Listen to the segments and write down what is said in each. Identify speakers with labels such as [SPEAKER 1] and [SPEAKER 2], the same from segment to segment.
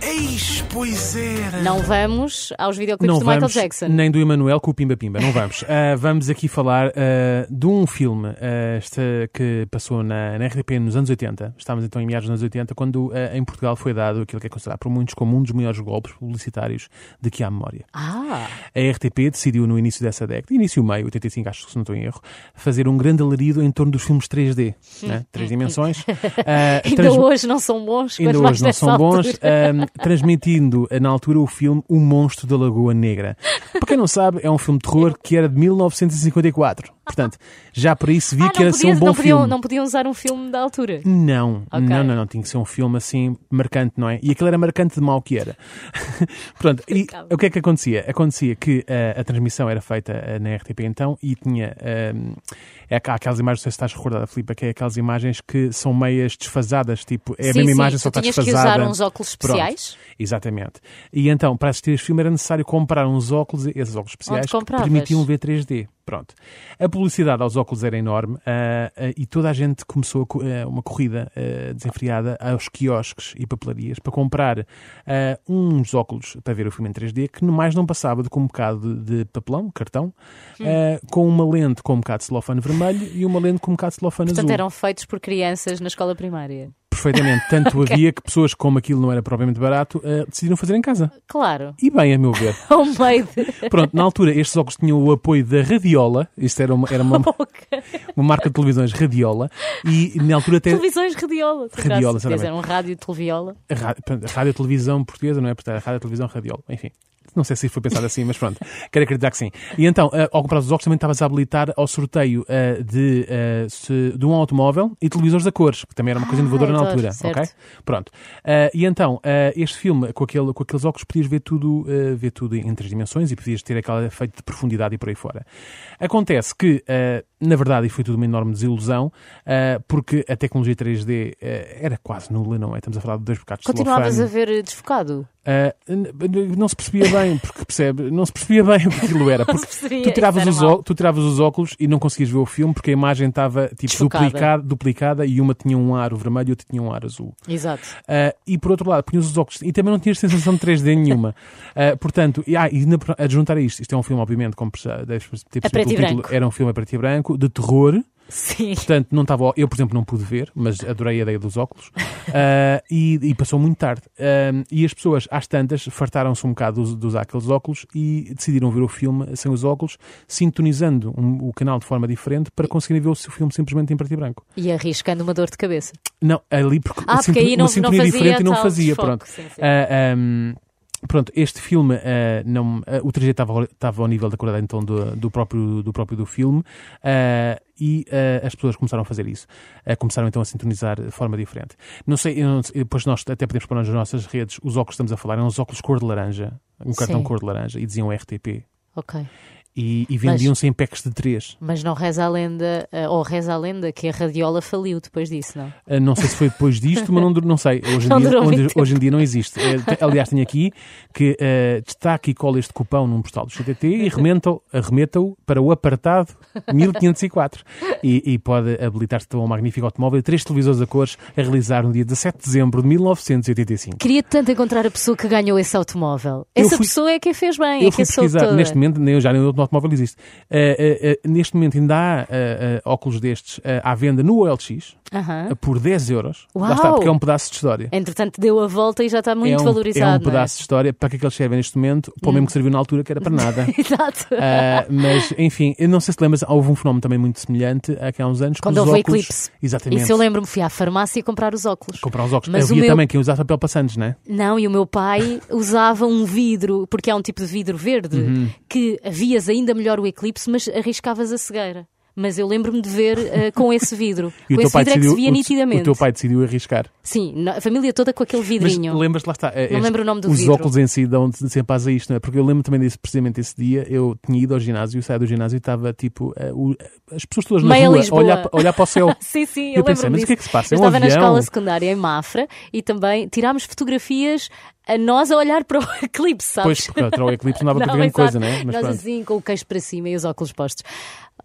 [SPEAKER 1] Eis, pois era.
[SPEAKER 2] Não vamos aos videoclipes
[SPEAKER 3] Ah. não
[SPEAKER 2] do
[SPEAKER 3] vamos,
[SPEAKER 2] Michael Jackson.
[SPEAKER 3] nem do Emanuel com o Pimba Pimba, não vamos. Ah, vamos aqui falar ah, de um filme ah, este, que passou na, na RTP nos anos 80. Estávamos então em meados dos anos 80, quando ah, em Portugal foi dado aquilo que é considerado por muitos como um dos maiores golpes publicitários de que há memória.
[SPEAKER 2] Ah,
[SPEAKER 3] A RTP decidiu no início dessa década, início meio, 85 acho que se não estou em erro, fazer um grande alarido em torno dos filmes 3D, né? três dimensões. Ah,
[SPEAKER 2] Hum, ainda
[SPEAKER 3] trans-
[SPEAKER 2] hoje não são bons,
[SPEAKER 3] ainda
[SPEAKER 2] quanto mais
[SPEAKER 3] hoje não
[SPEAKER 2] nessa
[SPEAKER 3] são bons,
[SPEAKER 2] altura.
[SPEAKER 3] ahm, transmitindo eh, na altura o filme O Monstro da Lagoa Negra. Para quem não sabe, é um filme de terror que era de 1954. Portanto, já por isso vi
[SPEAKER 2] Ah,
[SPEAKER 3] que
[SPEAKER 2] não,
[SPEAKER 3] era ser
[SPEAKER 2] podia,
[SPEAKER 3] um bom
[SPEAKER 2] não, podiam,
[SPEAKER 3] filme.
[SPEAKER 2] não podiam usar um filme da altura.
[SPEAKER 3] Não,
[SPEAKER 2] Ok.
[SPEAKER 3] não, não, não, tinha que ser um filme assim marcante, não é? E aquilo era marcante de mal que era. Pronto, e
[SPEAKER 2] Impecável.
[SPEAKER 3] o que é que acontecia? Acontecia que eh, a transmissão era feita eh, na RTP então e tinha. ehm, é aqu- aquelas imagens, não sei se estás recordada, Filipe, que é aquelas imagens que são meias desfasadas, tipo, é a
[SPEAKER 2] sim,
[SPEAKER 3] mesma
[SPEAKER 2] sim,
[SPEAKER 3] imagem,
[SPEAKER 2] tu
[SPEAKER 3] só está
[SPEAKER 2] tinhas
[SPEAKER 3] desfasada.
[SPEAKER 2] que usar um uns óculos
[SPEAKER 3] Pronto.
[SPEAKER 2] especiais.
[SPEAKER 3] Exatamente. E então, para assistir a este filme era necessário comprar uns óculos, esses óculos especiais que
[SPEAKER 2] compravas?
[SPEAKER 3] permitiam um ver 3D. Pronto. A publicidade aos óculos era enorme ah, ah, e toda a gente começou a co- ah, uma corrida ah, desenfreada aos quiosques e papelarias para comprar ah, uns óculos para ver o filme em 3D que no mais não passava de com um bocado de de papelão, cartão,
[SPEAKER 2] Hum.
[SPEAKER 3] ah, com uma lente com um bocado de celofane vermelho e uma lente com um bocado de celofane
[SPEAKER 2] Portanto,
[SPEAKER 3] azul.
[SPEAKER 2] eram feitos por crianças na escola primária.
[SPEAKER 3] Perfeitamente. Tanto havia que pessoas, como aquilo não era propriamente barato, ah, decidiram fazer em casa.
[SPEAKER 2] Claro,
[SPEAKER 3] E bem, a meu ver.
[SPEAKER 2] homemade.
[SPEAKER 3] Pronto, na altura estes óculos tinham o apoio da Radiola, isto era uma, era uma,
[SPEAKER 2] Ok.
[SPEAKER 3] uma marca de televisões Radiola, e na altura até
[SPEAKER 2] Televisões radiola. tem graça.
[SPEAKER 3] Radiola,
[SPEAKER 2] Quer dizer,
[SPEAKER 3] exatamente.
[SPEAKER 2] um rádio televiola.
[SPEAKER 3] a ra- portanto, a Rádio Televisão Portuguesa, não é? Portanto, a Rádio Televisão Radiola, enfim. Não sei se foi pensado assim, mas pronto, quero acreditar que sim. E então, eh, ao comprar os óculos, também estavas a habilitar ao sorteio eh, de, eh, se- de um automóvel e televisores a cores, que também era uma coisa
[SPEAKER 2] Ah,
[SPEAKER 3] inovadora na
[SPEAKER 2] adoro,
[SPEAKER 3] altura,
[SPEAKER 2] certo.
[SPEAKER 3] ok? Pronto. Eh, e então, eh, este filme, com, aquele, com aqueles óculos, podias ver tudo, eh, ver tudo em três dimensões e podias ter aquele efeito de profundidade e por aí fora. Acontece que, eh, na verdade, e foi tudo uma enorme desilusão, eh, porque a tecnologia 3D eh, era quase nula, não é? Estamos a falar de dois bocados de
[SPEAKER 2] Continuavas
[SPEAKER 3] celofane.
[SPEAKER 2] a ver eh, desfocado?
[SPEAKER 3] Ah, n- n- não se percebia bem, porque percebe, não se percebia bem o que aquilo era. Porque
[SPEAKER 2] percebia,
[SPEAKER 3] tu, tiravas
[SPEAKER 2] isso era
[SPEAKER 3] os
[SPEAKER 2] mau.
[SPEAKER 3] ó- tu tiravas os óculos e não conseguias ver o filme porque a imagem estava tipo
[SPEAKER 2] Desfocada.
[SPEAKER 3] duplicada, duplicada e uma tinha um aro vermelho e outra tinha um aro azul.
[SPEAKER 2] Exato.
[SPEAKER 3] Ah, e por outro lado, punhas os óculos e também não tinhas sensação de 3D nenhuma. Ah, portanto, e, ah, e ainda por- a juntar a isto, isto é um filme, obviamente, como perce- deves ter
[SPEAKER 2] A preto
[SPEAKER 3] percebido
[SPEAKER 2] e
[SPEAKER 3] pelo título,
[SPEAKER 2] branco.
[SPEAKER 3] era um filme a preto e branco, de terror.
[SPEAKER 2] Sim.
[SPEAKER 3] Portanto, não estava, eu, por exemplo, não pude ver, mas adorei a ideia dos óculos. Ah, e, e passou muito tarde. Ah, e as pessoas, às tantas, fartaram-se um bocado de, de usar aqueles óculos e decidiram ver o filme sem os óculos, sintonizando um- o canal de forma diferente para conseguirem ver o seu filme simplesmente em preto e branco.
[SPEAKER 2] E arriscando uma dor de cabeça.
[SPEAKER 3] Não, ali porque,
[SPEAKER 2] Ah, porque aí
[SPEAKER 3] sintonia- uma
[SPEAKER 2] não- não
[SPEAKER 3] sintonia
[SPEAKER 2] fazia
[SPEAKER 3] diferente e não
[SPEAKER 2] tal
[SPEAKER 3] fazia.
[SPEAKER 2] desfoque,
[SPEAKER 3] Pronto.
[SPEAKER 2] sim, sim.
[SPEAKER 3] Ah, ahm, pronto, este filme, ah, não, ah, o trajeto estava, estava ao nível da qualidade então do, do próprio, do próprio do filme ah, e ah, as pessoas começaram a fazer isso. Ah, começaram então a sintonizar de forma diferente. Não sei, eu não sei, depois nós até podemos pôr nas nossas redes os óculos que estamos a falar, eram os óculos cor de laranja, um cartão
[SPEAKER 2] Sim.
[SPEAKER 3] cor de laranja e diziam RTP.
[SPEAKER 2] Ok.
[SPEAKER 3] E, e vendiam-se em packs de três.
[SPEAKER 2] Mas não reza a lenda, eh, ou reza a lenda que a radiola faliu depois disso, não?
[SPEAKER 3] Uh, Não sei se foi depois disto, mas não, dur- não sei. Hoje em,
[SPEAKER 2] Não
[SPEAKER 3] dia,
[SPEAKER 2] durou
[SPEAKER 3] onde-
[SPEAKER 2] muito
[SPEAKER 3] hoje em dia não existe. Eh, te- Aliás, tenho aqui que eh, destaque e cola este cupão num postal do CTT e remeta-o remeta para o apartado 1504. E, e pode habilitar-se então a um magnífico automóvel e três televisores a cores a realizar no dia 17 de dezembro de 1985.
[SPEAKER 2] Queria tanto encontrar a pessoa que ganhou esse automóvel.
[SPEAKER 3] Eu
[SPEAKER 2] Essa
[SPEAKER 3] fui-
[SPEAKER 2] pessoa é quem fez bem,
[SPEAKER 3] Eu
[SPEAKER 2] é
[SPEAKER 3] fui
[SPEAKER 2] quem soube
[SPEAKER 3] pesquisar,
[SPEAKER 2] toda.
[SPEAKER 3] neste momento, nem, já nem o automóvel existe. Eh, eh, eh, neste momento ainda há eh, eh, óculos destes eh, à venda no OLX
[SPEAKER 2] Aham.
[SPEAKER 3] eh, por 10 euros. Lá
[SPEAKER 2] Uau!
[SPEAKER 3] está, porque é um pedaço de história.
[SPEAKER 2] Entretanto, deu a volta e já está muito
[SPEAKER 3] é um,
[SPEAKER 2] valorizado.
[SPEAKER 3] É um
[SPEAKER 2] não é? Hum.
[SPEAKER 3] pedaço de história para que é que eles servem neste momento, para o mesmo que serviu na altura, que era para nada.
[SPEAKER 2] Exato.
[SPEAKER 3] Ah, mas, enfim, eu não sei se lembras, houve um fenómeno também muito semelhante há que há uns anos. que
[SPEAKER 2] Quando
[SPEAKER 3] os
[SPEAKER 2] houve o
[SPEAKER 3] óculos,
[SPEAKER 2] eclipse.
[SPEAKER 3] Exatamente.
[SPEAKER 2] Isso eu lembro-me, fui à farmácia comprar os óculos.
[SPEAKER 3] Comprar os óculos.
[SPEAKER 2] Mas o
[SPEAKER 3] Havia
[SPEAKER 2] meu-
[SPEAKER 3] também quem usava papel passantes, não é?
[SPEAKER 2] Não, e o meu pai usava um vidro, porque há um tipo de vidro verde
[SPEAKER 3] Uhum.
[SPEAKER 2] que vias ainda melhor o eclipse, mas arriscavas a cegueira. Mas eu lembro-me de ver eh, com esse vidro.
[SPEAKER 3] E
[SPEAKER 2] com
[SPEAKER 3] o teu
[SPEAKER 2] esse
[SPEAKER 3] pai
[SPEAKER 2] vidro é que
[SPEAKER 3] decidiu.
[SPEAKER 2] se via
[SPEAKER 3] o-
[SPEAKER 2] nitidamente.
[SPEAKER 3] O teu pai decidiu arriscar.
[SPEAKER 2] Sim, na- a família toda com aquele
[SPEAKER 3] Mas
[SPEAKER 2] vidrinho.
[SPEAKER 3] lembras-te, lá está. eh,
[SPEAKER 2] Não lembro o nome do
[SPEAKER 3] Os
[SPEAKER 2] vidro.
[SPEAKER 3] óculos em si dão sempre asa a isto, não é? Porque eu lembro também desse, precisamente esse dia, eu tinha ido ao ginásio, saí do ginásio e estava tipo. eh, o- as pessoas todas na
[SPEAKER 2] Meia
[SPEAKER 3] rua a
[SPEAKER 2] Lisboa.
[SPEAKER 3] olhar, pa- a olhar para o céu.
[SPEAKER 2] Sim, sim,
[SPEAKER 3] Eu
[SPEAKER 2] eu,
[SPEAKER 3] pensei, mas o
[SPEAKER 2] lembro-me disso.
[SPEAKER 3] que é que se passa?
[SPEAKER 2] Eu
[SPEAKER 3] É um
[SPEAKER 2] estava na
[SPEAKER 3] avião?
[SPEAKER 2] escola secundária em Mafra e também tirámos fotografias a nós a olhar para o eclipse, sabes?
[SPEAKER 3] Pois, porque o eclipse não dava para ver grande
[SPEAKER 2] exato.
[SPEAKER 3] coisa, não é? Mas
[SPEAKER 2] Nós
[SPEAKER 3] pronto.
[SPEAKER 2] assim, com o queixo para cima e os óculos postos.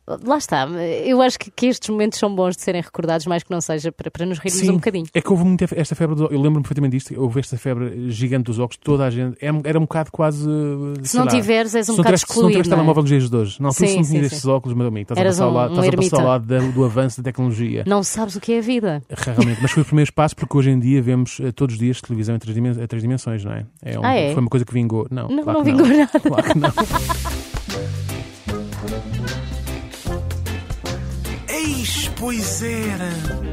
[SPEAKER 2] lá está, eu acho que, que estes momentos são bons de serem recordados, mais que não seja para, para nos rirmos
[SPEAKER 3] Sim,
[SPEAKER 2] um bocadinho.
[SPEAKER 3] É que houve muita esta febre dos óculos. Eu lembro-me perfeitamente disto. Houve esta febre gigante dos óculos. Toda a gente. Era, era um bocado quase. eh,
[SPEAKER 2] Se
[SPEAKER 3] sei
[SPEAKER 2] não
[SPEAKER 3] lá,
[SPEAKER 2] tiveres, és
[SPEAKER 3] se
[SPEAKER 2] um
[SPEAKER 3] não
[SPEAKER 2] bocado
[SPEAKER 3] tivesse- Se não
[SPEAKER 2] excluído.
[SPEAKER 3] tivesse
[SPEAKER 2] não é?
[SPEAKER 3] telemóvel nos dias de hoje. Não, tu
[SPEAKER 2] Sim,
[SPEAKER 3] se não
[SPEAKER 2] sim,
[SPEAKER 3] tinhas
[SPEAKER 2] sim.
[SPEAKER 3] estes óculos, meu amigo. Estás
[SPEAKER 2] Eras
[SPEAKER 3] a passar ao
[SPEAKER 2] um-
[SPEAKER 3] lado,
[SPEAKER 2] um
[SPEAKER 3] estás a passar ao
[SPEAKER 2] ermita.
[SPEAKER 3] lado da- do avanço da tecnologia.
[SPEAKER 2] Não sabes o que é a vida.
[SPEAKER 3] Raramente, mas foi o primeiro espaço porque hoje em dia vemos eh, todos os dias televisão em três, dimen- a três dimensões, não é? É um-
[SPEAKER 2] Ah, é?
[SPEAKER 3] Foi uma coisa que vingou. Não,
[SPEAKER 2] Não,
[SPEAKER 3] claro
[SPEAKER 2] não
[SPEAKER 3] que
[SPEAKER 2] vingou nada.
[SPEAKER 3] Claro que não.
[SPEAKER 1] Eis, pois era.